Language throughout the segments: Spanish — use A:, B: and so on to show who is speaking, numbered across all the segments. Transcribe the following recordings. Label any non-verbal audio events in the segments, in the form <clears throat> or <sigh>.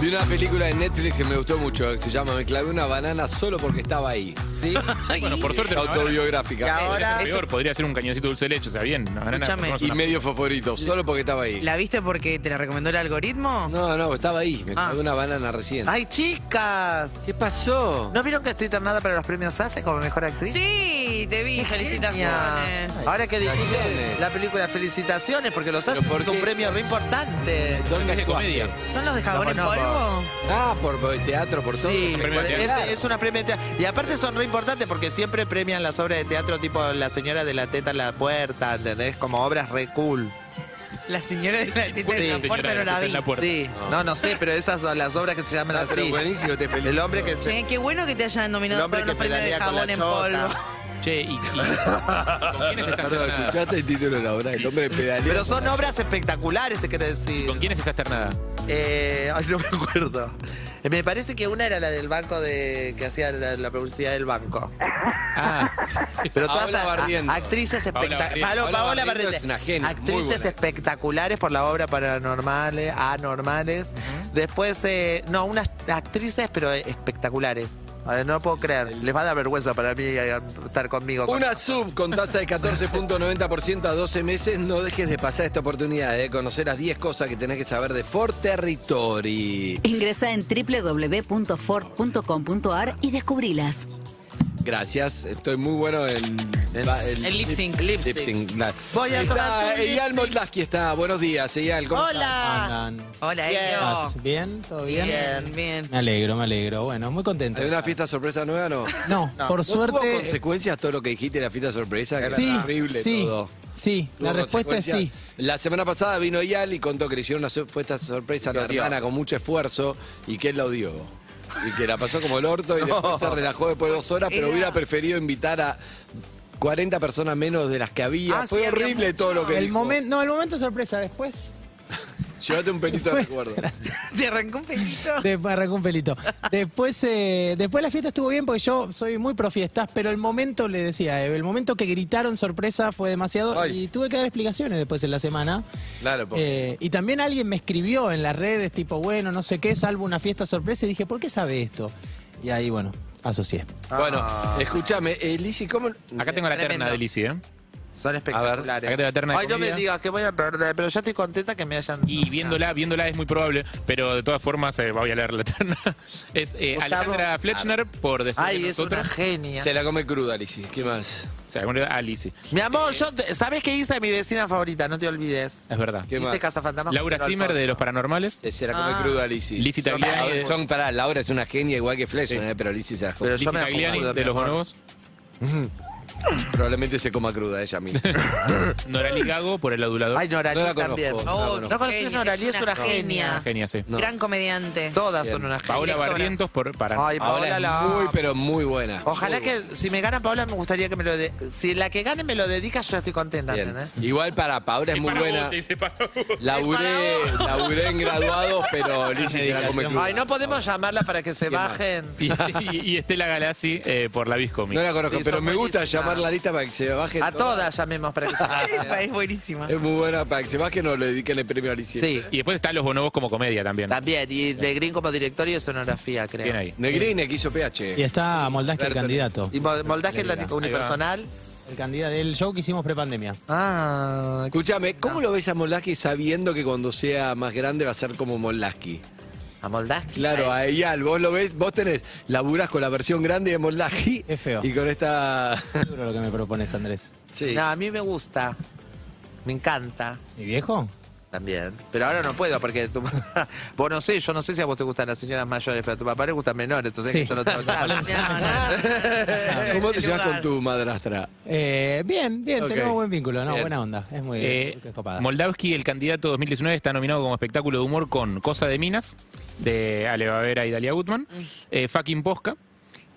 A: Vi una película de Netflix que me gustó mucho, que se llama Me clavé una banana solo porque estaba ahí.
B: ¿Sí?
C: Bueno, por suerte no ¿eh?
A: Autobiográfica.
B: Y ahora-
C: es peor, podría ser un cañoncito dulce de leche, o sea, bien. una banana,
B: Escúchame.
C: por lo menos
A: Y
C: una-
A: medio fosforito, solo porque estaba ahí.
B: ¿La viste porque te la recomendó el algoritmo?
A: No, no, estaba ahí. Me
B: Ah.
A: clavé una banana recién.
D: ¡Ay, chicas!
A: ¿Qué pasó?
D: ¿No vieron que estoy internada para los premios ACE como mejor actriz?
B: Sí, te vi,
D: Qué genia.
B: felicitaciones.
D: Ahora que dijiste
A: Felicitaciones.
D: la película, felicitaciones, porque los ACE
A: Pero ¿por
D: es un
A: qué?
D: premio re importante.
A: ¿Dónde
C: es de
A: actuaste?
C: comedia.
B: ¿Son los de jabón en
D: Estamos
B: polvo?
A: Ah, por, por el teatro, por todo.
B: Sí.
A: Por el
C: Premio de
A: teatro.
D: Es, es una premio de teatro. Y aparte son re importantes porque siempre premian las obras de teatro tipo La señora de la teta en la puerta, ¿entendés? Como obras re cool.
B: La señora de la teta
D: Sí.
B: de la puerta no
C: Señora,
B: la
C: en
B: vi.
C: la puerta.
D: Sí. No, no sé, pero esas son las obras que se llaman
A: Ah, pero
D: así.
A: buenísimo, te felicito.
D: El hombre que se...
B: Che, qué bueno que te hayan
D: El
B: nominado
D: hombre
B: para
D: que
B: unos premios de
D: pedalea con
B: jabón
D: la
B: en
D: chota.
B: polvo.
C: Che, y, y- ¿Con quiénes estás
A: Perdón,
C: ternada?
A: ¿escuchaste el título de la obra? El hombre pedaleo.
D: Pero son obras espectaculares, te quiero decir.
C: ¿Con quiénes estás ternada?
D: Eh, ay, no me acuerdo. Eh, Me parece que una era la del banco de que hacía la, la publicidad del banco.
C: Ah,
D: Pero todas
A: Paola
D: a- a-
A: Barriento.
D: actrices
C: Paola Barriento.
D: espectaculares.
A: Paola Barriento es una genia, muy
D: Actrices
A: buena.
D: espectaculares por la obra paranormales, anormales. Después, eh, no, unas actrices, pero espectaculares. A ver, no lo puedo creer. Les va a dar vergüenza para mí eh, estar conmigo. con-
A: Una sub con tasa de 14.90% a 12 meses. No dejes de pasar esta oportunidad de conocer las 10 cosas que tenés que saber de Fort Territory.
E: Ingresa en www.ford.com.ar y descubrilas.
A: Gracias, estoy muy bueno en
B: El lip sync.
A: Lip
D: Lip sync.
A: sync, la-
D: Voy a tocar
A: está, eh,
D: tu lip
A: Eyal
D: sync.
A: Motlaski está. Buenos días, Eyal. ¿cómo
D: ¡Hola!
F: andan?
B: Hola,
D: Bien.
B: Elio.
F: ¿Estás bien? ¿Todo bien?
B: Ah. Oh. Bien, bien.
F: Me alegro, me alegro. Bueno, muy
A: estás?
F: contento.
A: ¿Hay una fiesta sorpresa nueva no? ¿No
F: No,
D: No.
F: por
A: tuvo
F: suerte.
A: consecuencias todo lo que dijiste en la fiesta sorpresa? Que
F: Sí,
A: era horrible
F: sí,
A: todo.
F: sí. La
A: Tuvo
F: respuesta es sí.
A: consecuencias. La semana pasada vino Eyal y contó que le hicieron una so- fiesta sorpresa a la
D: Lo odió.
A: hermana con mucho esfuerzo y que él la odió. Y que la pasó como el orto y después se relajó después de dos horas, pero
B: Era-
A: hubiera preferido invitar a 40 personas menos de las que había.
B: Ah,
A: Fue
B: sí, había
A: horrible
B: mucho.
A: todo lo que
F: El
A: dijo.
F: momento, no, el momento sorpresa.
A: <laughs>
F: Después.
A: Llévate un pelito de
F: después
A: recuerdo.
F: gracias.
B: Te arrancó un pelito.
F: Te arrancó un pelito. Después, eh, después la fiesta estuvo bien porque yo soy muy pro fiestas, pero el momento, le decía, eh, el momento que gritaron sorpresa fue demasiado
A: Ay.
F: y tuve que dar explicaciones después en la semana.
A: Claro, porque
F: Eh, y también alguien me escribió en las redes, tipo, bueno, no sé qué, salvo una fiesta sorpresa, y dije, ¿por qué sabe esto? Y ahí, bueno, asocié.
A: Bueno,
D: Ah.
A: escúchame, eh, Lizzy, ¿cómo...?
C: acá tengo la
B: Tremendo.
C: terna de Lizzy, ¿eh?
D: Son espectaculares.
C: acá te la terna de
D: Ay, no me
C: comida.
D: digas que voy a perder, pero yo estoy contenta que me hayan.
C: Y viéndola, viéndola es muy probable, pero de todas formas eh, voy a leer la terna. <laughs> Es eh,
D: Gustavo.
C: Alejandra Fletchner por después
D: Ay,
C: de
D: es una
C: nosotros.
D: genia.
A: Se la come cruda, Lizzy. ¿Qué más?
C: O sea, bueno, ah, Lizzy.
D: Mi amor, yo te- ¿sabes qué hice mi vecina favorita? No te olvides.
C: Es verdad.
A: ¿Qué más?
D: Hice Casa Fantasma.
C: Laura Zimmer de Los Paranormales.
A: Eh, Se la come
B: Ah.
A: cruda, Lizzy.
C: Lizzy eh. Tagliani de,
A: Son, pará, Laura es una genia igual que Flesh, ¿eh? pero Lizzy se la come.
D: Pero
C: Lizzy
D: yo me
C: Tagliani
D: acomodo,
C: de
D: mi
C: Los
D: amor.
C: Bonobos.
A: Probablemente se coma cruda ella
D: <laughs>
A: misma.
C: Norali Gago por El Adulador.
D: Ay, Noralí
A: No la conozco.
D: también.
A: No,
B: Oh,
A: no, no.
D: No conocí
B: genia,
D: Noralí, es una genia.
C: Genia, sí.
A: No.
B: Gran comediante.
D: Todas
A: Bien.
D: son unas genias.
C: Paola
B: Directora.
C: Barrientos por para
D: Ay,
A: Ahora
D: Paola
A: es
D: la.
A: muy, pero muy buena.
D: Ojalá
A: Muy buena.
D: que si me gana Paola me gustaría que me lo de... Si la que gane me lo dedica, yo estoy contenta,
A: Bien.
D: ¿entendés?
A: Igual para Paola es muy buena. Laburé,
B: Es para
A: laburé en graduados,
D: <laughs>
A: pero Lizzy se la come cruda.
D: Ay, no podemos llamarla para que se
A: más?
D: bajen.
C: y, y- y Estela Galassi eh, por la Viscomi.
A: No la conozco,
D: Sí,
A: pero
D: son
A: me gusta
D: buenísimas.
A: llamar la lista para que se baje.
D: A todas llamemos para
A: <laughs>
D: que se bajen.
B: Es buenísima.
A: Es muy buena para que se baje, no le dediquen el premio a Lizzy.
D: Sí,
C: Y después están Los Bonobos como comedia también.
D: también. Y de Green como director y de sonografía, creo.
C: Bien ahí.
A: Negrini que hizo PH.
F: Y está Moldaski, el
A: Bertone.
F: candidato.
D: Y Mo- Moldavia es la unipersonal.
F: El candidato del show que hicimos prepandemia.
D: Ah,
A: Escúchame, ¿cómo lo ves a Molaski sabiendo que cuando sea más grande va a ser como Molaski?
D: a Moldavia.
A: Claro, a Eyal, vos lo ves, vos tenés, laburás con la versión grande de Molaski
F: Es feo.
A: y con esta...
D: <laughs>
F: Qué duro lo que me propones, Andrés.
A: sí.
D: No, a mí me gusta. Me encanta
F: ¿Mi viejo?
D: también. Pero ahora no puedo porque tu <laughs> mamá- Vos no sé, yo no sé si a vos te gustan las señoras mayores, pero a tu papá le gustan menores, entonces
F: Sí.
D: yo no tengo claro.
B: No, no.
A: <laughs> ¿Cómo te
B: Ese
A: llevas con
B: lugar.
A: tu madrastra?
F: Eh, bien, bien,
A: Ok.
F: tenemos buen vínculo, no,
A: Bien.
F: buena onda. Es muy,
C: Eh,
F: muy copada.
C: Moldavsky, el candidato 2019, está nominado como espectáculo de humor con Cosa de Minas, de Ale Bavera y Dalia Gutman, eh, Fucking Posca,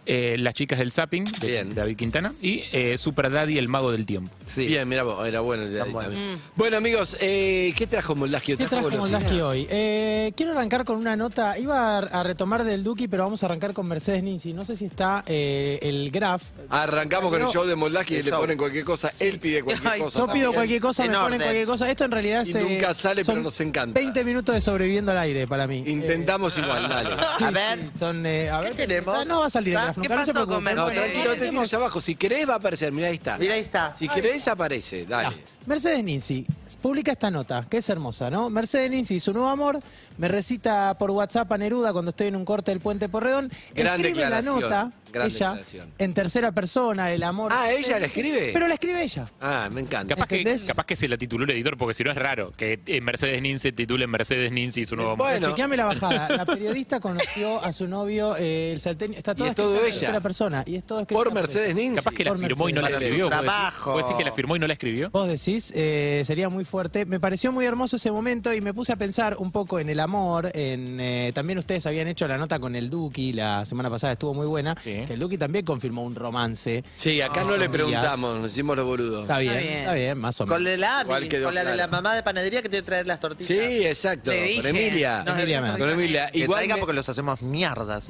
C: eh, Las chicas del zapping, de
A: Bien.
C: David Quintana, y eh, Super Daddy, el mago del tiempo.
D: Sí.
A: Bien, mira, vos, era bueno. el de ahí
D: bueno.
A: también. Bueno, amigos, eh, ¿qué trajo Moldasquio?
F: ¿Qué trajo
A: golosinas?
F: Moldaski hoy? Eh, quiero arrancar con una nota. Iba a- a retomar del Duki, pero vamos a arrancar con Mercedes Ninzi. No sé si está eh, el graph.
A: Arrancamos con el
F: Salió-
A: show de Moldasquio y
D: El
A: le
D: show.
A: ponen cualquier cosa. Él pide cualquier
B: Ay,
A: cosa.
F: Yo pido
A: también.
F: cualquier cosa,
D: En
F: me ponen
D: orden.
F: cualquier cosa. Esto en realidad
A: Y
F: se-
A: nunca sale, pero
F: son
A: nos encanta.
F: 20 minutos de sobreviviendo al aire para mí.
A: Intentamos igual,
D: <laughs>
A: dale.
F: Eh, sí,
D: A ver.
F: sí, son, eh, a ver,
D: tenemos?
F: Ah, No va a salir el
D: ¿Ah?
F: graph.
B: ¿Qué
F: nunca, no se
B: pasó con
F: preocupen.
A: No,
B: Mercedes?
A: tranquilo, te allá abajo. Si querés va a aparecer, mirá ahí está.
D: Mira, ahí está.
A: Si querés aparece, dale.
F: Mercedes Ninzi publica esta nota, que es hermosa, ¿no? Mercedes Ninzi, su nuevo amor, me recita por WhatsApp a Neruda cuando estoy en un corte del Puente Porredón.
A: Gran
F: escribe la
A: declaración,
F: nota,
A: gran
F: ella,
A: declaración.
F: en tercera persona, el amor.
A: Ah, ¿ella la escribe?
F: Pero la escribe ella.
A: Ah, me encanta.
C: Capaz que,
F: ¿Entendés?
C: capaz que se la tituló el editor, porque si no es raro que eh, Mercedes Ninzi titule Mercedes Ninzi su nuevo
A: Bueno.
C: amor.
F: Chequeame la bajada. La periodista conoció a su novio, eh, el salteño. Está todo
A: es todo
F: escrito en
A: ella.
F: tercera persona. Y es todo escrito
A: Por
F: en tercera
A: Mercedes Ninzi.
C: Capaz que la
F: Por
C: firmó y no la
D: Mercedes.
C: escribió.
D: Para su
C: ¿Puedes decir-
D: trabajo.
C: ¿Puedes decir que la firmó y no la escribió?
F: Vos decís, eh, sería muy fuerte. Me pareció muy hermoso ese momento y me puse a pensar un poco en el amor. En, eh, también ustedes habían hecho la nota con el Duki la semana pasada, estuvo muy buena.
C: Sí.
F: Que el Duki también confirmó un romance.
A: Sí, acá no le preguntamos, nos hicimos los boludos.
F: Ah, Está bien,
B: Está bien.
F: está bien, más o menos.
D: Con la, de la,
A: Igual quedó
D: con la de la
A: claro.
D: mamá de panadería que te trae las tortillas.
A: Sí, exacto.
B: Le dije.
A: Con Emilia.
B: Nos
F: Emilia,
B: debíamos
A: Con Emilia.
D: Que
A: Igual
D: traiga
A: me-
D: porque los hacemos mierdas.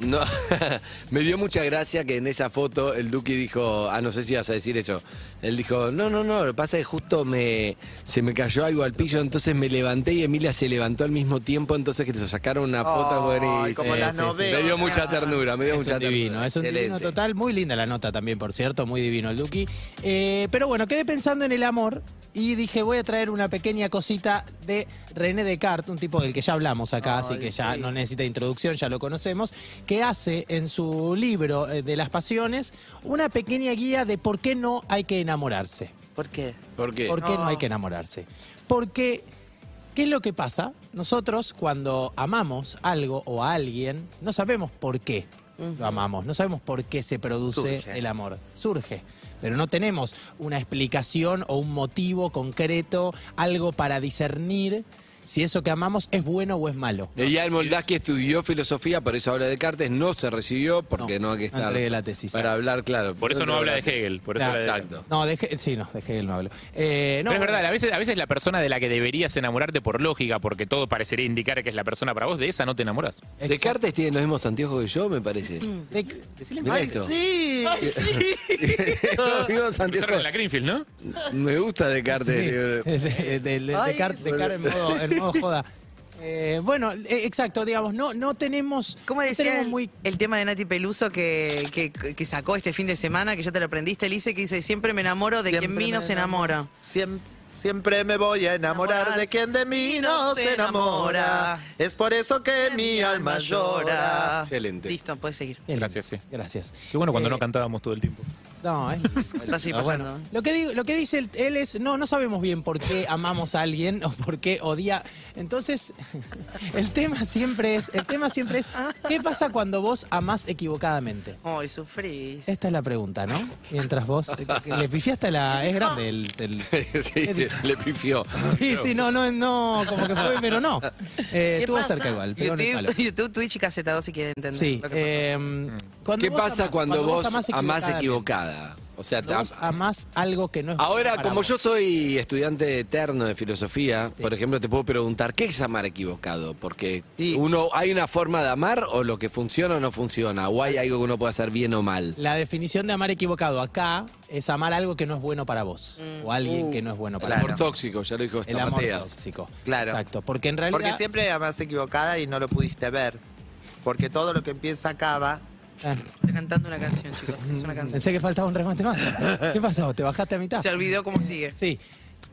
A: <laughs> No, me dio mucha gracia que en esa foto el Duque dijo, ah, no sé si vas a decir eso. Él dijo, no, no, no, lo que pasa es que justo me, se me cayó algo al pillo, entonces me levanté y Emilia se levantó al mismo tiempo, entonces que te sacaron una foto
D: Ay,
A: buenísima.
D: como las
F: Sí, sí, sí.
D: novelas.
A: Me dio mucha ternura, me dio
F: Es
A: mucha
F: un divino,
A: ternura.
F: es un divino
A: Excelente.
F: total. Muy linda la nota también, por cierto, muy divino el Duki. Eh, pero bueno, quedé pensando en el amor y dije, voy a traer una pequeña cosita de René Descartes, un tipo del que ya hablamos acá, así que ya no necesita introducción, ya lo conocemos, que hace en su libro eh, de las pasiones una pequeña guía de por qué no hay que enamorarse.
D: ¿Por qué?
A: ¿Por qué?
F: ¿Por qué no
B: No.
F: hay que enamorarse? Porque, ¿qué es lo que pasa? Nosotros cuando amamos algo o a alguien, no sabemos por qué lo amamos, no sabemos por qué se produce
D: Surge.
F: el amor. Surge. Pero no tenemos una explicación o un motivo concreto, algo para discernir si eso que amamos es bueno o es malo.
A: Eyal Moldaski estudió filosofía, por eso habla de Descartes, no se recibió porque no, hay que
F: no
A: estar
F: entregué la tesis.
A: para hablar, claro.
C: Por eso no habla de Hegel. Por eso
F: Ah,
C: habla de-
A: Exacto.
F: No, deje, sí, no, dejé el no hablo. Eh, no,
C: Pero es
F: bueno,
C: verdad, a veces, a veces la persona de la que deberías enamorarte por lógica, porque todo parecería indicar que es la persona para vos, de esa no te enamoras.
F: exacto.
A: Descartes tiene los mismos anteojos que yo, me parece.
F: Mm. De-
A: Mirá esto.
D: Sí.
A: <laughs> Los mismos
C: Empezaron
A: anteojos.
C: en la Greenfield, ¿no?
A: Me gusta Descartes.
F: Sí,
A: digo,
F: <laughs> de- de- de- de
D: Ay,
F: Car- de Car en modo, en modo joda. Eh, bueno, eh, exacto, digamos, no, no tenemos,
B: ¿Cómo
F: no
B: decía
F: tenemos
B: el,
F: muy
B: el tema de Nati Peluso que, que- que sacó este fin de semana, que ya te lo aprendiste, Elise, que dice, siempre me enamoro de
D: Siempre
B: quien mí
D: me
B: no se
D: enamoro.
B: enamora?
D: Siem- Siempre me voy a enamorar de quien de mí no se enamora. Es por eso que mi alma llora.
A: Excelente.
B: Listo, puedes seguir.
F: Qué lindo.
C: Gracias, sí.
F: Gracias.
C: Qué bueno cuando
F: Eh,
C: no cantábamos todo el tiempo.
F: No, es-
B: Va a seguir
F: Ah, bueno,
B: pasando.
F: lo, que digo- lo que dice el- él es, no, no sabemos bien por qué amamos a alguien o por qué odia. Entonces, <laughs> el tema siempre es, el tema siempre es, ¿qué pasa cuando vos amás equivocadamente?
B: Ay, sufrís.
F: Esta es la pregunta, ¿no? Mientras vos eh, que- que le pifiaste a la, es grande el,
A: <laughs>
F: el-
A: sí, le- le pifió.
F: <laughs> Sí, sí, no, no, no, como que fue, pero no. Eh,
D: ¿Qué
F: estuvo
D: pasa?
F: cerca igual, pegó en el palo.
B: YouTube, YouTube, Twitch y Caseta 2 si quieren entender
F: Sí,
B: lo que pasó.
F: eh, cuando
A: ¿Qué
F: vos
A: pasa
F: amás-
A: cuando vos amás
F: equivocadamente,
A: equivocada? O sea,
F: cuando vos
A: am-
F: amás algo que no es bueno
A: ahora
F: para
A: como
F: vos.
A: yo soy estudiante eterno de filosofía, por ejemplo, te puedo preguntar, ¿qué es amar equivocado? Porque
D: Y-
A: uno hay una forma de amar o lo que funciona o no funciona, o hay algo que uno puede hacer bien o mal.
F: La definición de amar equivocado acá es amar algo que no es bueno para vos
D: Mm.
F: o
A: Uh,
F: alguien que no es bueno
A: El
F: para
A: amor
F: vos.
A: tóxico, ya lo dijo
F: El amor
A: Stamateas.
F: tóxico.
D: Claro.
F: Exacto, porque en realidad
D: Porque siempre amas equivocada y no lo pudiste ver. Porque todo lo que empieza acaba.
F: Ah,
B: Estoy cantando una canción, chicos. Es una canción.
F: pensé que faltaba un remate
A: <laughs>
F: más. ¿Qué pasó? ¿Te bajaste a mitad?
B: Se olvidó cómo sigue.
F: Sí.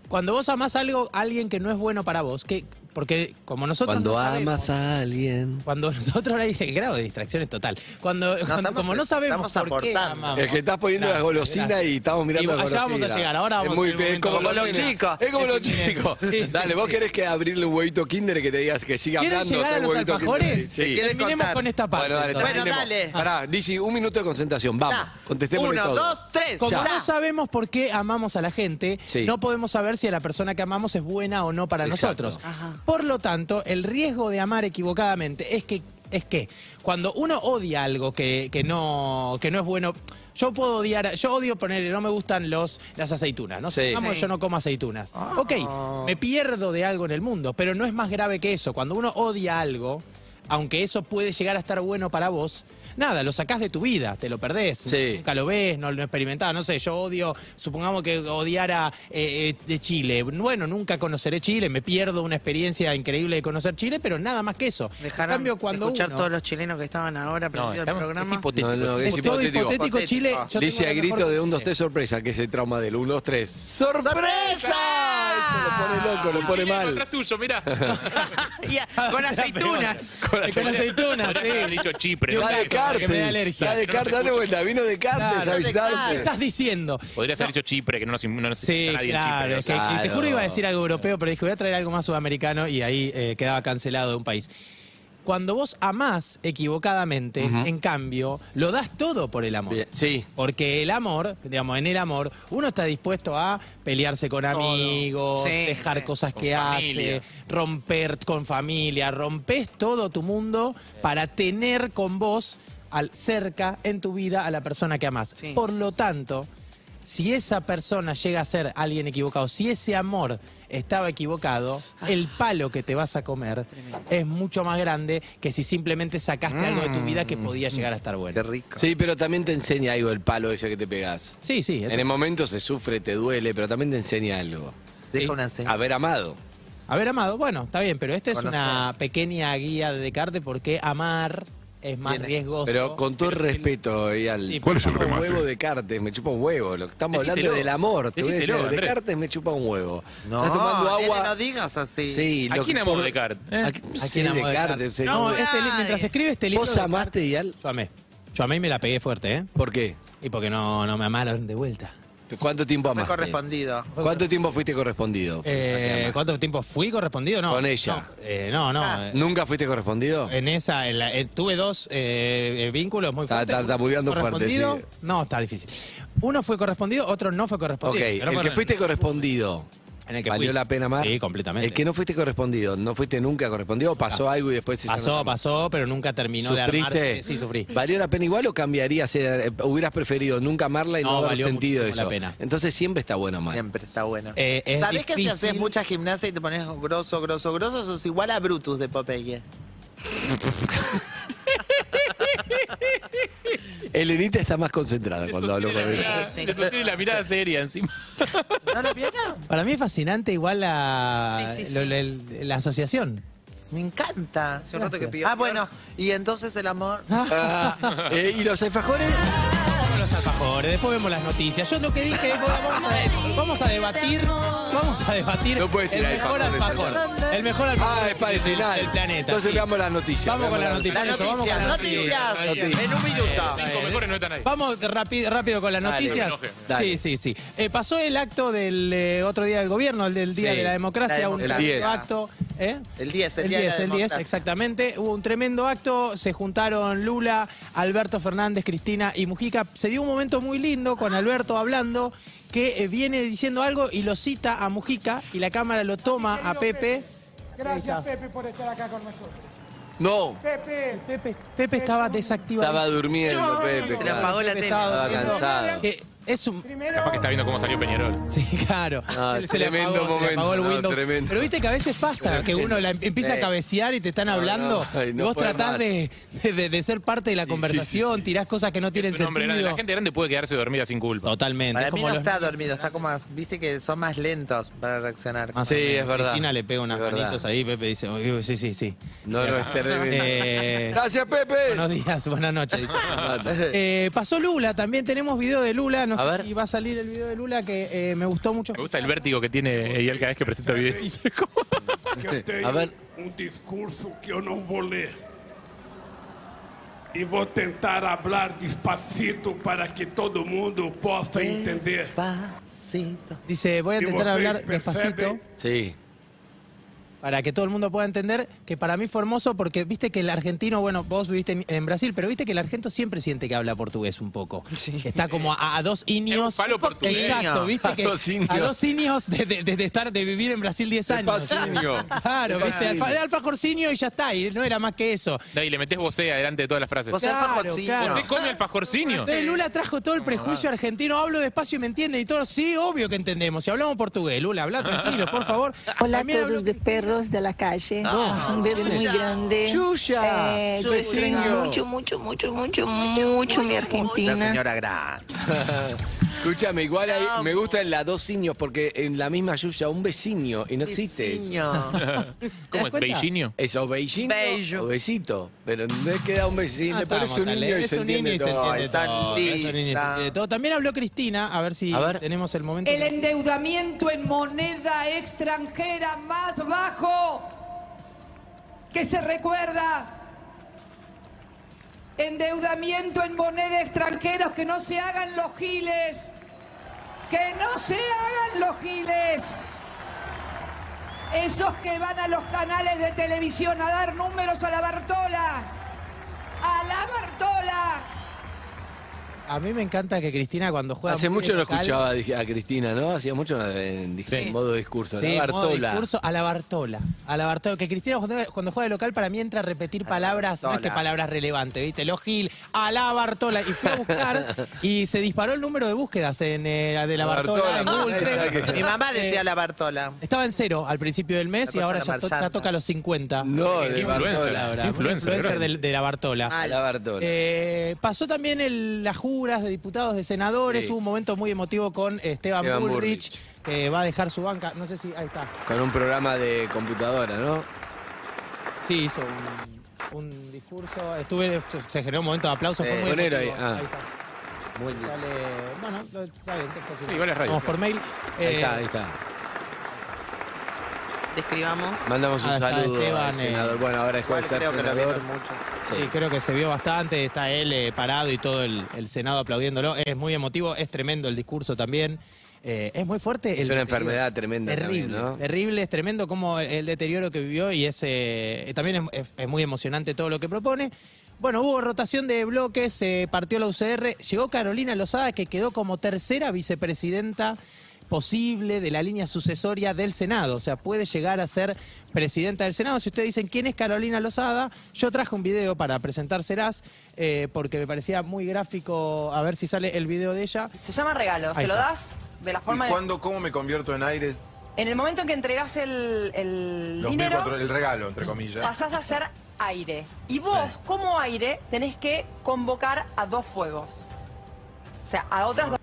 F: Cuando vos amás algo a alguien que no es bueno para vos, que porque como nosotros
A: Cuando
F: no sabemos-
A: amas a alguien.
F: Cuando <laughs> nosotros ahora el grado de distracción es total. Cuando, cuando-
D: estamos-
F: como no sabemos
D: estamos
F: por qué
D: aportando.
F: amamos.
A: Es que estás poniendo
F: Claro,
A: las golosinas
F: gracias.
A: y estamos mirando
F: Y
A: las
F: allá
A: golosinas.
F: vamos a llegar, ahora vamos
A: es muy
F: a
A: bien,
F: ir
A: es como
F: momento
A: los
F: golosina.
A: chicos. Es como
F: Es
A: los
F: inminente.
A: chicos.
F: Sí, sí,
A: Dale,
F: sí.
A: vos querés que abrirle un huevito Kinder que te digas que siga
F: ¿Quieren
A: hablando.
F: llegar a
A: trae
F: los
A: huevito Kinder.
F: alfajores?
A: Sí.
D: ¿Quiere
F: Terminemos
D: contar?
F: con esta parte.
A: Bueno, dale,
F: entonces.
D: Bueno,
A: terminemos.
D: dale.
A: Pará, Lizzy, un minuto de concentración. Vamos,
D: Ya.
A: contestémosle
D: Uno,
A: todo.
D: dos, tres.
F: Como
D: ya.
F: no sabemos por qué amamos a la gente,
A: Sí.
F: no podemos saber si a la persona que amamos es buena o no para
A: Exacto.
F: nosotros. Por lo tanto, el riesgo de amar equivocadamente es que es que cuando uno odia algo que, que no, que no es bueno, yo puedo odiar, yo odio ponerle, no me gustan los, las aceitunas, ¿no?
A: Sí.
F: Supongamos,
B: Sí.
F: yo no como aceitunas.
A: Ah.
F: Ok, me pierdo de algo en el mundo, pero no es más grave que eso. Cuando uno odia algo, aunque eso puede llegar a estar bueno para vos, nada, lo sacás de tu vida, te lo perdés,
A: Sí.
F: nunca lo ves, no lo experimentás, no sé, yo odio, supongamos que odiara eh, eh, de Chile, bueno, nunca conoceré Chile, me pierdo una experiencia increíble de conocer Chile, pero nada más que eso.
B: Dejaron
F: en cambio, cuando
B: de escuchar
F: uno-
B: todos los chilenos que estaban ahora
C: No,
B: aprendiendo el
C: estamos- es
B: programa.
C: hipotético.
A: No, no,
C: es
A: es
C: hipotético.
F: todo
A: hipotético.
F: hipotético Chile, yo
A: Dice
F: tengo
A: a
F: la
A: grito
F: mejor-
A: de un, dos, tres, <laughs> sorpresa, que es el trauma del 1, 2, 3. ¡Sorpresa! Eso lo pone loco, lo pone
C: Chile,
A: mal.
C: atrás tuyo, Ah, mirá.
B: <laughs> Y a- con aceitunas.
A: Con <laughs>
F: Con aceitunas,
C: Podrías haber
F: sí.
C: dicho Chipre.
A: Va
F: Claro,
A: de
F: que me da
A: Cartes.
F: alergia.
A: Va de
C: Que no se
A: Cartes, date
C: escucha.
A: vuelta. Vino de Cartes a
F: Claro. ¿Qué
A: visitarte.
F: estás diciendo?
C: Podrías haber dicho Chipre, que no nos, no nos
F: Sí,
C: escucha nadie
F: claro.
C: en
F: que-
C: Chipre.
A: no sé.
F: que Te juro
A: Claro.
F: iba a decir algo europeo, pero dije, voy a traer algo más sudamericano y ahí eh, quedaba cancelado de un país. Cuando vos amás equivocadamente, en cambio, lo das todo por el amor.
A: Bien, Sí.
F: Porque el amor, digamos, en el amor, uno está dispuesto a pelearse con amigos,
B: Sí,
F: dejar
B: sí.
F: cosas
C: Con
F: que
C: familia.
F: hace, romper con familia, rompes todo tu mundo para tener con vos al, cerca en tu vida a la persona que amás.
B: Sí.
F: Por lo tanto, si esa persona llega a ser alguien equivocado, si ese amor estaba equivocado,
B: Ah.
F: el palo que te vas a comer es mucho más grande que si simplemente sacaste algo de tu vida que podía llegar a estar
D: Qué
F: bueno.
D: rico.
A: Sí, pero también te enseña algo el palo ese que te pegás.
F: Sí, sí, eso
A: En el momento se sufre, te duele, pero también te enseña algo.
D: Deja una enseñanza.
A: Haber amado.
F: A ver, Amado, bueno, está bien, pero esta es
D: Conocer.
F: una pequeña guía de Descartes porque amar es más
D: Bien.
F: riesgoso.
A: Pero con todo el
F: Pero si-
A: respeto, Ial,
F: Sí, ¿Cuál es el
A: me chupa un huevo de Cartes, me chupa un huevo. Lo que estamos hablando
C: Decíselo.
A: es del amor. Te voy a
C: Decíselo,
A: decir, de
C: Andrés.
A: Cartes me chupa un huevo.
D: No,
A: Estás tomando
D: nene,
A: agua.
D: no digas así.
A: Sí,
C: ¿A
A: lo
C: quién
A: que
C: amó
A: por-
C: Descartes?
A: ¿A,
F: ¿Eh?
A: quién
F: ¿A quién amó
A: Descartes?
F: Descartes?
A: Sí,
F: No,
A: no.
F: este li-
B: Nadie.
F: mientras escribe este libro...
A: ¿Vos amaste, Ial?
F: Yo amé. Yo amé y me la pegué fuerte, ¿eh?
A: ¿Por qué?
F: Y porque no, no me amaron de vuelta.
A: ¿Cuánto tiempo
D: Fue
A: amaste?
D: correspondido.
A: ¿Cuánto tiempo fuiste correspondido?
F: Eh, ¿Cuánto tiempo fui correspondido? No.
A: Con ella.
F: No, eh, no. no,
D: Ah.
F: eh,
A: ¿Nunca fuiste correspondido?
F: En esa, en la- eh, tuve dos eh, eh, vínculos muy
A: Está-
F: fuertes.
A: está- está bugueando fuerte,
F: Correspondido,
A: sí.
F: No, está difícil. Uno fue correspondido, otro no fue
A: Ok,
F: correspondido. Pero
A: el que
F: bueno,
A: fuiste correspondido.
F: En el que
A: ¿Valió
F: fui.
A: la pena más?
F: Sí, completamente. Ah,
A: El que no fuiste correspondido, no fuiste nunca correspondido, pasó algo y después se
F: Pasó, pasó, pero nunca terminó de
A: ¿Sufriste?
F: armarse. Sí, sufrí.
A: ¿Valió la pena igual o cambiarías? Era- eh, hubieras preferido nunca amarla y no,
F: No,
A: haber
F: valió
A: sentido
F: muchísimo
A: eso.
F: la pena.
A: Entonces siempre está bueno amar.
D: Siempre está bueno.
F: Eh, es
D: ¿Sabés que si
F: difícil-
D: haces mucha gimnasia y te pones grosso, grosso, grosso, sos igual a Brutus de Popeye?
A: Elenita está más concentrada cuando hablo con ella.
B: Sí, sí.
C: Le sostiene la mirada seria encima.
D: ¿No lo vieron?
F: Para mí es fascinante igual la,
B: Sí, sí,
F: lo-
B: sí.
F: lo- el- la asociación.
D: Me encanta.
B: Hace un rato que pidió
D: Ah, bueno, y entonces el amor.
A: Ah, eh, ¿Y los alfajores?
F: Vamos los alfajores, después vemos las noticias. Yo lo que dije, después vamos
B: <laughs>
F: a, vamos a debatir, vamos a debatir
A: No puedes
F: el
A: tirar
F: mejor
A: alfajores.
F: alfajor. El mejor alfajor
A: Ah, es para el
F: del-
A: final.
F: del planeta.
A: Entonces
F: sí.
A: veamos las noticias.
F: Vamos
A: Veamos
F: con las
D: Las
F: noticias. vamos con
D: noticias,
F: las
D: noticias.
A: noticias.
D: En un minuto.
C: Cinco mejores no están ahí.
F: Vamos rápido, rápido con las
A: Dale,
F: noticias.
C: no me enoje.
A: Dale.
F: Sí, sí, sí. Eh, pasó el acto del eh, otro día del gobierno, el del Día
A: Sí,
F: de la
D: la
F: Democracia, un
D: democracia.
A: El 10.
F: tremendo acto. ¿eh?
D: El 10, el
F: el
D: día de la
F: 10, el 10,
D: democracia.
F: exactamente. Hubo un tremendo acto, se juntaron Lula, Alberto Fernández, Cristina y Mujica. Se dio un momento muy lindo con Alberto hablando, que eh, viene diciendo algo y lo cita a Mujica y la cámara lo toma a Pepe.
E: Gracias Pepe por estar acá con nosotros.
A: No,
E: Pepe,
F: Pepe, Pepe estaba desactivado.
A: estaba durmiendo, Pepe.
B: Se le
A: claro.
B: apagó la
F: Pepe
B: tele.
F: estaba
A: Estaba cansado.
F: Que es un,
E: primero,
C: Capaz que está viendo cómo salió Peñarol.
F: Sí, <laughs> claro.
A: Ah,
F: Él se le
A: tremendo
F: apagó, se le
A: momento,
F: apagó el
A: no,
F: Windows.
A: tremendo.
F: Pero viste que a veces pasa que uno
A: <laughs>
F: la em- empieza a
A: Sí.
F: cabecear y te están
A: No,
F: hablando.
A: no, ay, no
F: y vos
A: puede
F: tratás
A: más.
F: de, de- de ser parte de la conversación, tirás cosas que no tienen
C: Es un hombre grande.
F: sentido.
C: La gente grande puede quedarse dormida sin culpa.
F: Totalmente.
D: Para
F: es
D: mí
F: como
D: no
F: los
D: está
F: niños.
D: dormido, está como, viste que son más lentos para reaccionar.
F: Más
A: Sí,
F: o menos.
A: es verdad.
F: Cristina le pega unas
A: Es verdad.
F: manitos ahí, Pepe dice, "Uy, uy, sí, sí, sí.
A: No, no, es terrible.
F: Eh,
A: Gracias, Pepe.
F: buenos días, buenas noches. dice.
A: <laughs>
F: Eh, pasó Lula, también tenemos video de Lula. No
A: A
F: sé
A: ver.
F: si va a salir el video de Lula que eh, me gustó mucho.
C: Me gusta el vértigo que tiene Eyal cada vez que presenta videos.
E: eu tenho
A: A ver.
E: um discurso que eu não vou ler. E vou tentar falar despacito para que todo mundo possa entender.
D: Despacito.
F: Dice, voy a
E: Y
F: intentar
E: vocês
F: hablar despacito.
E: perceben
A: Sí.
F: para que todo el mundo pueda entender que para mí fue hermoso porque viste que el argentino, bueno, vos viviste en, en Brasil, pero viste que el argento siempre siente que habla portugués un poco. Está como a, a dos
C: Es
F: inios.
C: un palo portugueño.
F: Exacto, viste
A: A
F: que
A: dos inios.
F: a dos inios de, de- de- de estar de vivir en Brasil
A: Es
F: 10 años.
A: pacinio.
F: Claro,
A: Es
F: viste,
A: pacinio.
F: alfa- era alfajorcinio y ya está, y no era más que eso.
C: No, y le metés vocé adelante de todas las frases.
D: Vos
C: ¿Vos
D: sos
F: Claro,
D: fajorcino.
F: claro.
C: se come alfajorcinio?
F: Entonces Eh, Lula trajo todo el prejuicio argentino, hablo despacio y me entienden y todo, sí, obvio que entendemos. Si hablamos portugués, Lula, habla tranquilo, por favor.
G: Hola a
F: También habló-
G: todos de perros de la calle. un beso muy
B: Yuya.
G: grande.
A: Ah, Yuya.
G: Eh, yo
A: Yuya.
G: extraño mucho, mucho, mucho, mucho, mucho mi
D: La
G: Argentina.
D: señora gran.
A: Escúchame, igual ahí me gustan las dos signos porque en la misma Yuya un vecino y no existe. eso.
D: Niño.
C: ¿Cómo es?
F: cuenta?
C: ¿Beijinho?
A: Es o vecino
B: Bello.
A: o besito. Pero no es que da un vecino,
F: Ah,
A: pero es
F: estamos,
A: un
F: dale,
A: niño y
F: es
A: se
F: un
A: entiende
F: niño y se
A: todo.
D: Ay,
F: entiende
D: tan
F: todo, es un niño y se
D: linda.
F: entiende todo. También habló Cristina, a ver si
A: A ver.
F: tenemos el momento.
H: El endeudamiento en moneda extranjera más bajo que se recuerda. Endeudamiento en moneda extranjera, que no se hagan los giles. Que no se hagan los giles. Esos que van a los canales de televisión a dar números a la Bartola. A la Bartola.
F: A mí me encanta que Cristina cuando juega...
A: Hace
F: muy
A: mucho
F: de
A: no
F: local-
A: escuchaba a a Cristina, ¿no? Hacía mucho en, en modo discurso.
F: Sí,
A: la
F: modo
A: Bartola.
F: discurso a la Bartola. A la Bartola. Que Cristina cuando, cuando juega de local para mí entra a repetir palabras, no es que
D: Bartola.
F: palabras relevantes, ¿viste? Los Gil, a la Bartola. Y fue a
A: <laughs>
F: buscar y se disparó el número de búsquedas en, eh, de la Bartola,
A: Bartola,
F: en
A: <laughs>
F: Google. Eh,
A: ahí está que-
D: Mi mamá decía la Bartola.
F: Estaba en cero al principio del mes
D: La
F: y ahora
D: concha
F: ya,
D: la
F: to- ya
D: marchanta.
F: toca los 50.
A: No, de
C: Influencer.
A: Bartola. Ah,
F: Ahora, un
C: Influencer,
F: influencer
C: gracias.
F: del- de, la Bartola.
A: A la Bartola.
F: Eh, pasó también el- las juras de diputados, de senadores.
A: Sí.
F: Hubo un momento muy emotivo con Esteban,
A: Esteban
F: Bullrich,
A: Bullrich.
F: que va a dejar su banca. No sé si. Ahí está.
A: Con un programa de computadora, ¿no?
F: Sí, hizo un, un discurso. Estuve, se generó un momento de aplauso.
A: Eh,
F: fue muy
A: ponelo
F: emotivo.
A: ahí, ah.
F: está. Sale- bueno, lo- está bien. está fácil.
C: Sí, igual es radio.
F: Vamos por mail.
A: Ahí
F: Eh,
A: está, ahí está.
B: Describamos.
A: Mandamos un
F: ah, está
A: saludo
F: Esteban,
A: al
F: eh,
A: senador. Bueno, ahora dejó de
D: Igual
A: ser
D: creo que lo
A: senador.
D: vieron mucho.
A: Sí.
F: Sí, creo que se vio bastante, está él eh, parado y todo el, el Senado aplaudiéndolo. Es muy emotivo, es tremendo el discurso también. Eh, es muy fuerte. el
A: Es una
F: deterioro.
A: enfermedad tremenda
F: Terrible,
A: también, ¿no?
F: terrible, es tremendo como el deterioro que vivió y es, eh, también es, es- es muy emocionante todo lo que propone. Bueno, hubo rotación de bloques, se partió la UCR, llegó Carolina Lozada que quedó como tercera vicepresidenta posible de la línea sucesoria del Senado, o sea, puede llegar a ser presidenta del Senado. Si ustedes dicen quién es Carolina Lozada, yo traje un video para presentárselas eh, porque me parecía muy gráfico, a ver si sale el video de ella.
H: Se llama regalo,
F: Ahí
H: se lo
F: está.
H: das de la forma de-
I: cómo me convierto en aires?
H: En el momento en que entregas el, el dinero,
I: el regalo, entre comillas.
H: pasás a ser aire. Y vos, como aire, tenés que convocar a dos fuegos. O sea, a otras dos.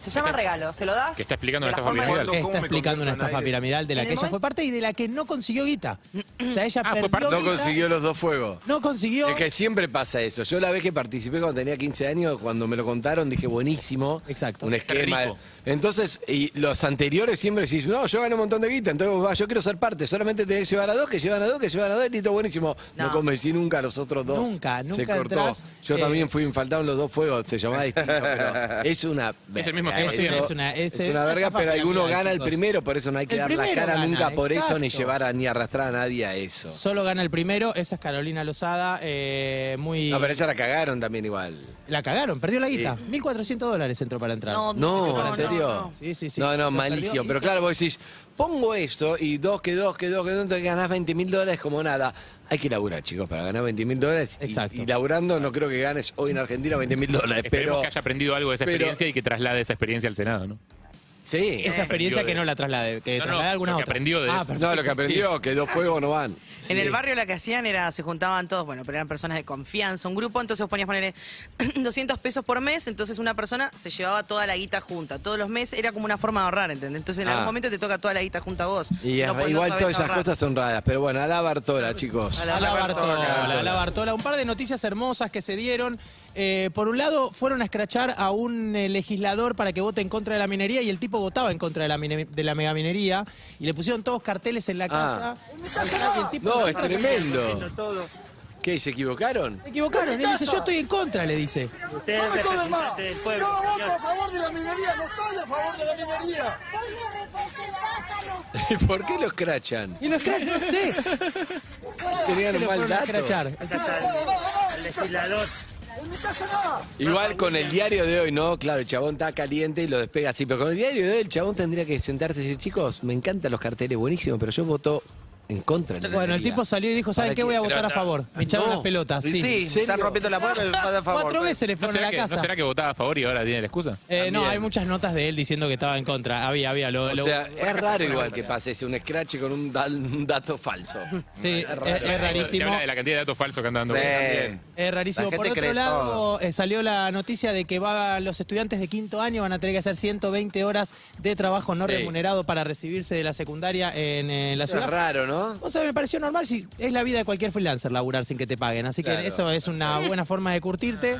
H: Se llama regalo, se lo das.
C: Que está explicando
H: de
C: una
H: la
C: estafa
H: forma de-
C: piramidal.
F: que está explicando una estafa piramidal de la
H: En el
F: que ella
H: momento-
F: fue parte y de la que no consiguió guita. O sea, ella
C: Ah, fue
F: perdió
C: parte-
A: No
F: guita,
A: consiguió los dos fuegos.
F: No consiguió.
A: Es que siempre pasa eso. Yo la vez que participé cuando tenía 15 años, cuando me lo contaron, dije buenísimo.
F: Exacto.
A: Un esquema.
C: rico.
A: Entonces, y los anteriores siempre decís, no, yo gané un montón de guita, entonces vos vas, yo quiero ser parte. Solamente tenés que llevar a dos, que llevan a dos, que llevan a dos, y listo, buenísimo. No,
B: No.
A: convencí nunca a los otros dos.
F: Nunca,
A: Se
F: nunca
A: cortó.
F: entrás,
A: yo
F: eh,
A: también fui, me faltaron los dos fuegos, se llamaba distinto,
F: <laughs>
A: pero es una.
C: Es el mismo
A: verga,
C: esquema
A: eso.
C: siempre.
A: Es una,
F: es una
A: verga,
F: estafa
A: pero alguno
F: piramidal,
A: gana el
F: chicos.
A: primero, por eso no hay que
F: El
A: dar la
F: primero
A: cara
F: gana,
A: nunca por eso, ni
F: exacto.
A: llevar a, ni arrastrar a nadie a eso.
F: Solo gana el primero, esa es Carolina Lozada, eh, muy...
A: No, pero ella la cagaron también igual.
F: La cagaron, perdió la guita. 1.400 dólares entró para entrar.
A: No, ¿en serio?
B: no.
F: Sí, sí, sí.
A: No, no,
F: Lo
A: malísimo.
F: perdió.
A: Pero claro, vos decís, pongo eso y dos que dos que dos que dos, entonces ganás 20 mil dólares como nada. Hay que laburar, chicos, para ganar 20 mil dólares. Y-
F: Exacto.
A: Y, laburando no creo que ganes hoy en Argentina 20 mil dólares,
C: Esperemos
A: pero...
C: que haya aprendido algo de esa
A: pero-
C: experiencia y que traslade esa experiencia al Senado, ¿no?
A: Sí.
H: eh,
F: Esa experiencia
C: aprendió
F: que
C: de
F: no
C: eso.
F: la traslade,
C: No,
F: que
C: no,
F: traslade alguna
C: lo que
F: otra. Ah,
C: aprendió de eso.
A: No, lo que
F: perfecto, sí.
A: aprendió, que dos fuegos no van.
B: En el barrio lo que hacían era, se juntaban todos, bueno, pero eran personas de confianza, un grupo, entonces vos ponías <clears throat> poner 200 pesos por mes, entonces una persona se llevaba toda la guita junta, todos los meses, era como una forma de ahorrar, ¿entendés? Entonces en
A: Ah.
B: algún momento te toca toda la guita junta a vos.
A: Y
B: Si no,
A: es-
B: pues no
A: igual
B: sabés
A: todas esas
B: ahorrar.
A: cosas son raras, pero bueno, a la Bartola, chicos.
F: A la Bartola, a la Bartola. Un par de noticias hermosas que se dieron. Eh, por un lado, fueron a escrachar a un eh, legislador para que vote en contra de la minería y el tipo votaba en contra de la, mine- de la megaminería y le pusieron todos carteles en
A: Ah.
F: la casa. Y el tipo-
A: No, es tremendo. ¿Qué, se equivocaron? <laughs>
F: Se equivocaron. Él dice, yo estoy en contra, le dice.
I: Yo voto a favor de la minería, no estoy a favor de la minería.
A: ¿Por qué los crachan?
F: Y los crachan, no sé.
A: Tenían
F: Se
A: un
F: lo
A: mal
F: fueron a
A: dato.
F: escrachar.
J: El desfilador.
A: Igual con el diario de hoy, ¿no? Claro, el chabón está caliente y lo despega así. Pero con el diario de hoy, el chabón tendría que sentarse y decir, chicos, me encantan los carteles, buenísimo, pero yo voto en contra. de la
F: Bueno, el
A: lotería".
F: tipo salió y dijo, ¿saben
A: ¿Para
F: qué? Voy a
A: Pero
F: votar a
A: no.
F: favor. Me echaron
A: No.
F: las pelotas. Sí,
D: Sí,
A: serio?
D: están rompiendo la puerta, les falta a favor.
F: Cuatro veces le
C: ¿No
F: fueron a
C: será,
F: la
C: que, ¿No
F: casa.
C: será que votaba a favor y ahora tiene la excusa?
F: Eh, no,
A: También.
F: hay muchas notas de él diciendo que estaba en contra. Había, había. Lo,
A: O
F: lo-
A: sea, es raro igual que
C: casualidad.
A: pase ese, un scratch con un, da- un dato falso. <laughs>
F: sí, es,
A: raro.
F: es
C: Y
F: rarísimo.
C: habla de la cantidad de datos falsos que andan dando.
D: Sí.
C: vueltas también.
F: Es Eh, rarísimo.
D: La
F: Por
D: gente
F: otro
D: cree
F: lado,
D: todo.
F: eh, salió la noticia de que va, los estudiantes de quinto año van a tener que hacer 120 horas de trabajo no
A: Sí.
F: remunerado para recibirse de la secundaria en eh, la
A: Eso es
F: ciudad.
A: raro, ¿no?
F: O sea, me pareció normal si es la vida de cualquier freelancer laburar sin que te paguen. Así que
A: Claro.
F: eso es una buena forma de curtirte.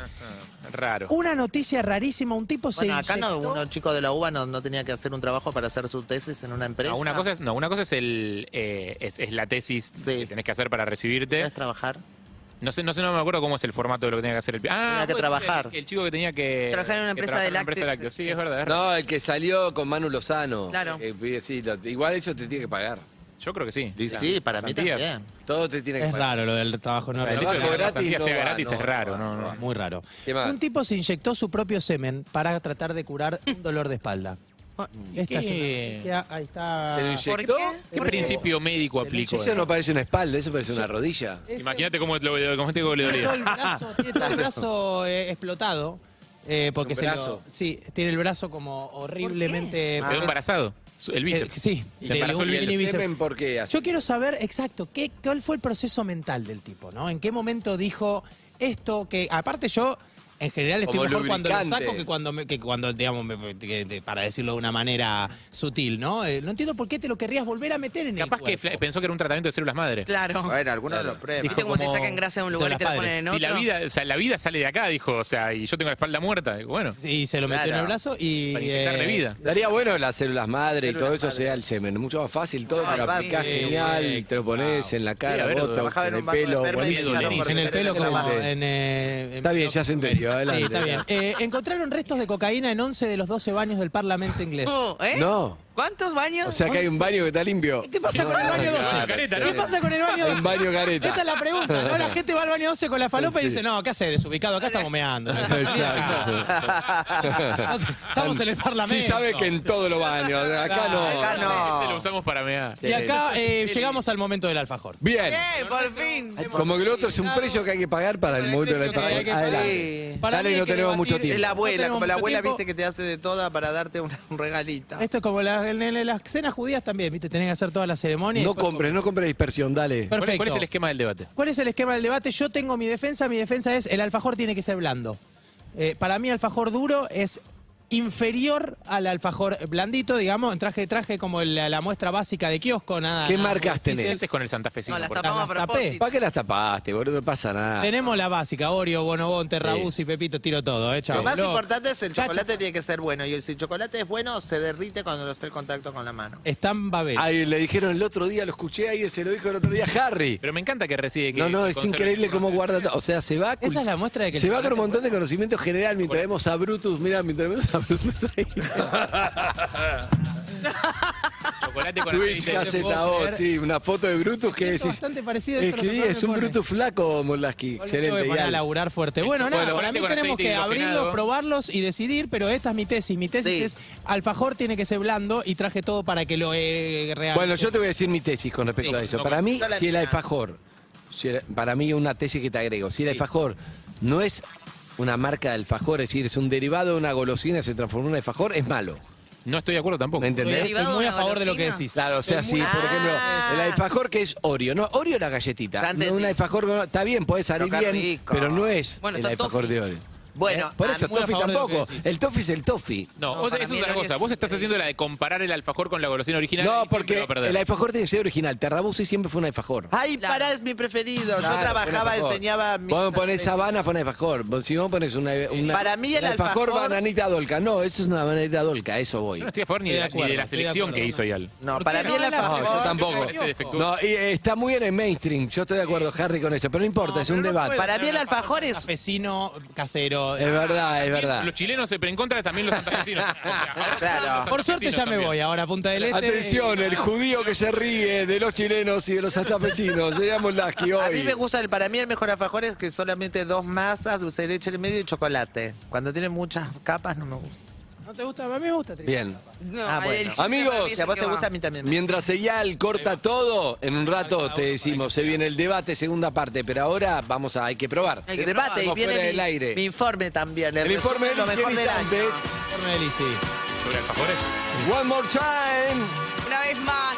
C: Raro.
F: Una noticia rarísima, un tipo se
D: Bueno, acá no,
F: inyectó-
D: unos chicos de la UBA no, no tenía que hacer un trabajo para hacer su tesis en una empresa.
C: No, una cosa es, no, una cosa es, el, eh, es, es la tesis
D: Sí.
C: que tenés que hacer para recibirte.
D: es trabajar.
C: No sé, no sé, no me acuerdo cómo es el formato de lo que tenía que hacer el pi- Ah,
D: Tenía que
C: vos decís
D: trabajar.
C: El, el chico que tenía que.
B: Trabajar en una
C: que
B: empresa
C: trabajar
B: de
C: en una empresa
B: lácteo-
C: lácteo. Sí,
B: sí.
C: es verdad. es verdad.
A: No, el que salió con Manu Lozano.
B: Claro.
A: Eh, pide- sí, lo- igual eso te tiene que pagar.
C: Yo creo que sí.
D: Y
C: Las
D: sí, para mí
C: pasantías.
D: también.
A: Todo te tiene que
F: Es
A: pagar.
F: raro lo del trabajo no
C: O sea, el
A: Trabajo
C: hecho de que la
A: gratis
C: pasantía
A: no
C: sea
A: va,
C: gratis
A: no
C: es
A: va,
C: raro.
A: no
C: No, no.
A: va.
F: Muy raro.
A: ¿Qué más?
F: Un tipo se inyectó su propio semen para tratar de curar un dolor de espalda. Esta es una
C: ¿Qué?
F: noticia- Ahí está.
A: ¿Se lo
B: ¿Por
A: inyectó?
B: qué?
C: ¿Qué principio médico eh. aplicó?
A: Eso no parece una espalda, eso parece una rodilla.
C: Imagínate cómo, lo- cómo te le
F: Tiene
C: dolía.
F: todo
A: Ah.
F: el
C: <laughs>
F: brazo, tiene todo el brazo, eh, explotado. eh, porque
A: ¿Un
F: se lo-
A: brazo?
F: sí, tiene el brazo como horriblemente.
C: Quedó embarazado. Su- El
F: Eh,
C: bíceps.
F: sí,
C: Se
F: de
C: embarazó
F: un
C: el
A: ¿Y el
F: mini
C: bíceps.
F: bíceps.
A: semen por qué así?
F: Yo quiero saber exacto qué, cuál fue el proceso mental del tipo, ¿no? ¿En qué momento dijo esto que aparte yo en general estoy
A: Como
F: mejor cuando lo
A: lubricante.
F: saco que cuando me- que cuando digamos me- que- de- para decirlo de una manera sutil, ¿no? Eh, no entiendo por qué te lo querrías volver a meter en
C: Capaz
F: el
C: que
F: cuerpo.
C: fla- pensó que era un tratamiento de células madre.
B: Claro.
D: Bueno, algunos lo prueban.
B: ¿Viste cómo te
C: como-
B: sacan grasa de un
F: Son
B: lugar y
F: las
B: te la ponen
F: padres.
B: en
C: Si
B: otro?
C: la vida, o sea, la vida sale de acá, dijo, o sea, y yo tengo la espalda muerta. Digo, Bueno,
F: y se lo metió en
D: Claro.
F: el brazo y
C: para inyectarle
F: eh,
C: vida.
A: Daría bueno las células madre y todo eso sea el semen. Mucho más fácil, todo
D: Ah,
A: para
D: sí,
A: aplicar
D: sí,
A: genial.
F: güey.
A: Te lo pones en la
C: Sí, a
A: cara,
C: ver,
A: botox,
D: trabajaba en
A: en el
D: un banco de
A: pelo,
D: esperma y
A: buenísimo.
D: echaron
C: buenísimo.
D: por
F: en el pelo
D: que la
F: como
D: mate.
F: en, eh, en-
A: Está bien, ya se entendió. Adelante.
F: Sí, está bien. Eh, encontraron restos de cocaína en 11 de los 12 baños del Parlamento inglés.
B: Oh, ¿eh?
A: No.
B: ¿Cuántos baños?
A: O sea que hay un baño que está limpio.
F: ¿Qué pasa con el baño 12?
C: careta,
F: ¿Qué
C: ¿no?
F: pasa con el baño 12?
A: Un baño careta.
F: Esta es la pregunta, ¿no? La gente va al baño 12 con la falopa y
A: Sí.
F: dice, no, ¿qué haces desubicado? Acá
A: <laughs>
F: estamos meando.
A: Exacto.
F: Estamos en el parlamento.
A: Sí, sabe que en todos los baños. Acá
D: Acá
A: no.
D: no.
C: Este lo usamos para mear.
F: Y acá eh, llegamos al momento del alfajor.
A: Bien.
B: ¡Eh, por fin!
A: Como que el otro es un precio que hay que pagar para el momento de la
F: precio que hay que
A: Adelante.
D: pagar.
F: Para mí
A: Dale,
F: hay
A: no
F: que
A: tenemos
F: debatir
A: mucho
D: Es
A: tiempo.
D: la abuela,
F: No
D: como la
F: tenemos
D: abuela,
F: mucho
D: viste, que te hace de toda para darte una- un regalito.
F: Esto es como la- en, en las cenas judías también, ¿viste? Tenés que hacer toda la ceremonia. y
A: No
F: después-
A: compres, no compres dispersión, dale.
C: ¿Cuál,
F: Perfecto.
C: cuál es el esquema del debate?
F: ¿Cuál es el esquema del debate? Yo tengo mi defensa. Mi defensa es el alfajor tiene que ser blando. Eh, para mí, alfajor duro es inferior al alfajor blandito, digamos, en traje traje como la, la muestra básica de kiosco, nada.
A: ¿Qué
F: nada muy
A: marcas
F: difícil.
C: ¿Qué
A: tenés?
C: haces con el santafesino?
B: No, las
C: por
F: tapa-
B: tapamos a
F: las tapé.
B: propósito.
A: ¿Para qué las tapaste, boludo? No pasa nada.
F: Tenemos la básica, Oreo, Bonobón, Terrabuzzi, Pepito, tiro todo, eh, chao.
D: Lo más
F: Lo-
D: importante es el
F: Cacha.
D: chocolate tiene que ser bueno. Y si el chocolate es bueno, se derrite cuando lo esté en contacto con la mano.
F: Están Babel.
A: Ay, le dijeron el otro día, lo escuché, ahí se lo dijo el otro día Harry.
C: Pero me encanta que reside. Que
A: No, no, es
C: conserve-
A: increíble cómo
C: conserve-
A: guarda. to- O sea, se va. cul-
F: Esa es la muestra de que el
A: Se va con un
F: chocolate
A: montón de conocimiento general mientras vemos a Brutus. Mira, mientras vemos a Brutus ahí.
C: Chocolate con
A: Twitch,
C: aceite.
A: caseta
F: puedo
A: O,
F: creer.
A: sí, una foto de Brutus que
F: Siento
A: decís.
F: bastante parecido, eso es lo que
A: Escribí,
F: más me
A: es un
F: pone.
A: Brutus flaco, Molaski.
F: Voy
A: Excelente.
F: a poner a
A: ideal.
F: laburar fuerte. Bueno, nada,
A: Bueno,
F: para mí
C: con
F: tenemos
C: aceite
F: que
C: hidrogenado.
F: abrirlos, probarlos y decidir, pero esta es mi tesis. Mi tesis
D: Sí.
F: es alfajor tiene que ser blando y traje todo para que lo eh, realice.
A: Bueno, yo te voy a decir mi tesis con respecto
C: Sí,
A: a eso.
C: no,
A: para
C: con-
A: mí,
D: Yo la
A: si el
D: mía.
A: alfajor, si el- para mí una tesis que te agrego, si el alfajor no es una marca de alfajor, es decir, es un derivado de una golosina, se transformó en un alfajor, es malo.
C: No estoy de acuerdo tampoco.
A: ¿Me entendés?
F: Estoy
B: ¿Derivado
F: muy
B: de
F: a
B: una
F: favor de lo que
B: golosina?
F: decís.
A: Claro, o sea, sí,
F: Estoy
A: por
F: muy-
A: ejemplo,
D: Ah.
A: el alfajor que es Oreo. No, Oreo es la
D: Ya
A: galletita.
D: entendí.
A: No, un alfajor que no- está bien, podés salir
D: Pero qué
A: bien,
D: rico.
A: pero no es
B: Bueno,
A: el
B: está
A: alfajor
B: toffee.
A: de Oreo. ¿eh?
D: Bueno,
A: Por
F: ah,
A: eso,
F: muy a
A: toffee
F: favor de lo que
A: tampoco.
F: decís.
A: El toffee es el toffee.
C: No,
B: No,
C: vos-
B: para
C: eso
B: mí
C: es otra
B: el Oreo
C: cosa.
B: es
C: Vos estás haciendo la de comparar el alfajor con la golosina original.
A: No,
C: y siempre va
A: porque
C: a perder.
A: el alfajor tiene que ser original. Terrabuzzi siempre fue un alfajor.
D: Ay,
B: Claro.
D: pará, es mi preferido.
A: Claro,
D: Ah, Yo trabajaba,
A: pon alfajor.
D: enseñaba. mis
A: Vos ponés
D: artesanías.
A: sabana, ponés alfajor. Vos- Si vos ponés una, una-
D: Para mí el alfajor-
A: bananita dolca. No, eso es una bananita dolca, eso voy.
C: <laughs> Yo no estoy a favor ni de,
F: Estoy de
C: la- ni de
F: acuerdo,
C: la
F: estoy de
C: selección
F: acuerdo,
C: que
F: no.
C: hizo Yal.
D: No,
F: ¿Por
D: para
F: qué
D: mí el
F: no la
D: alfajor.
A: No, yo tampoco.
C: Parece defectuoso.
A: No, y eh, está muy en el mainstream. Yo estoy de acuerdo, Harry, con eso. Pero no importa, es un
F: pero no
A: debate.
F: puede-
D: Para mí el alfajor es.
F: Cafecino casero. pero.
A: Es verdad, es verdad.
C: Los chilenos se pre- en contra también
F: <laughs>
C: los santafesinos. O sea, ahora los
F: Por suerte
C: santafesinos
F: ya me
C: también.
F: voy ahora a Punta del Este.
A: Atención, eh. el judío que se ríe de los chilenos y de los santafesinos. Seríamos Lasky hoy.
D: A mí me gusta, el, para mí el mejor alfajor es que solamente dos masas, dulce de leche en el medio y chocolate. Cuando tiene muchas capas no me gusta.
F: ¿No te gusta? A mí me gusta. Triple.
A: Bien.
B: No,
D: Ah, bueno.
B: el-
A: Amigos,
D: Si a vos te gusta, a mí también. me
A: Mientras Eyal corta todo, en un rato te decimos, se viene el debate, segunda parte, pero ahora vamos a, hay que probar.
D: El debate y
A: Vamos fuera
D: viene
A: del
D: mi,
A: aire.
D: mi informe también.
A: El informe de
D: lo mejor del año.
A: visitantes.
F: Informe de Lisi.
C: ¿Sobre alfajores?
A: One more time.
B: Una vez más.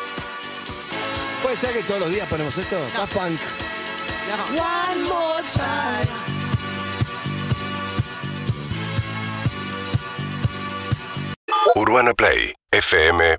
A: ¿Puede ser que todos los días ponemos esto? Daft Punk.
B: No.
K: UrbanaPlay.fm.com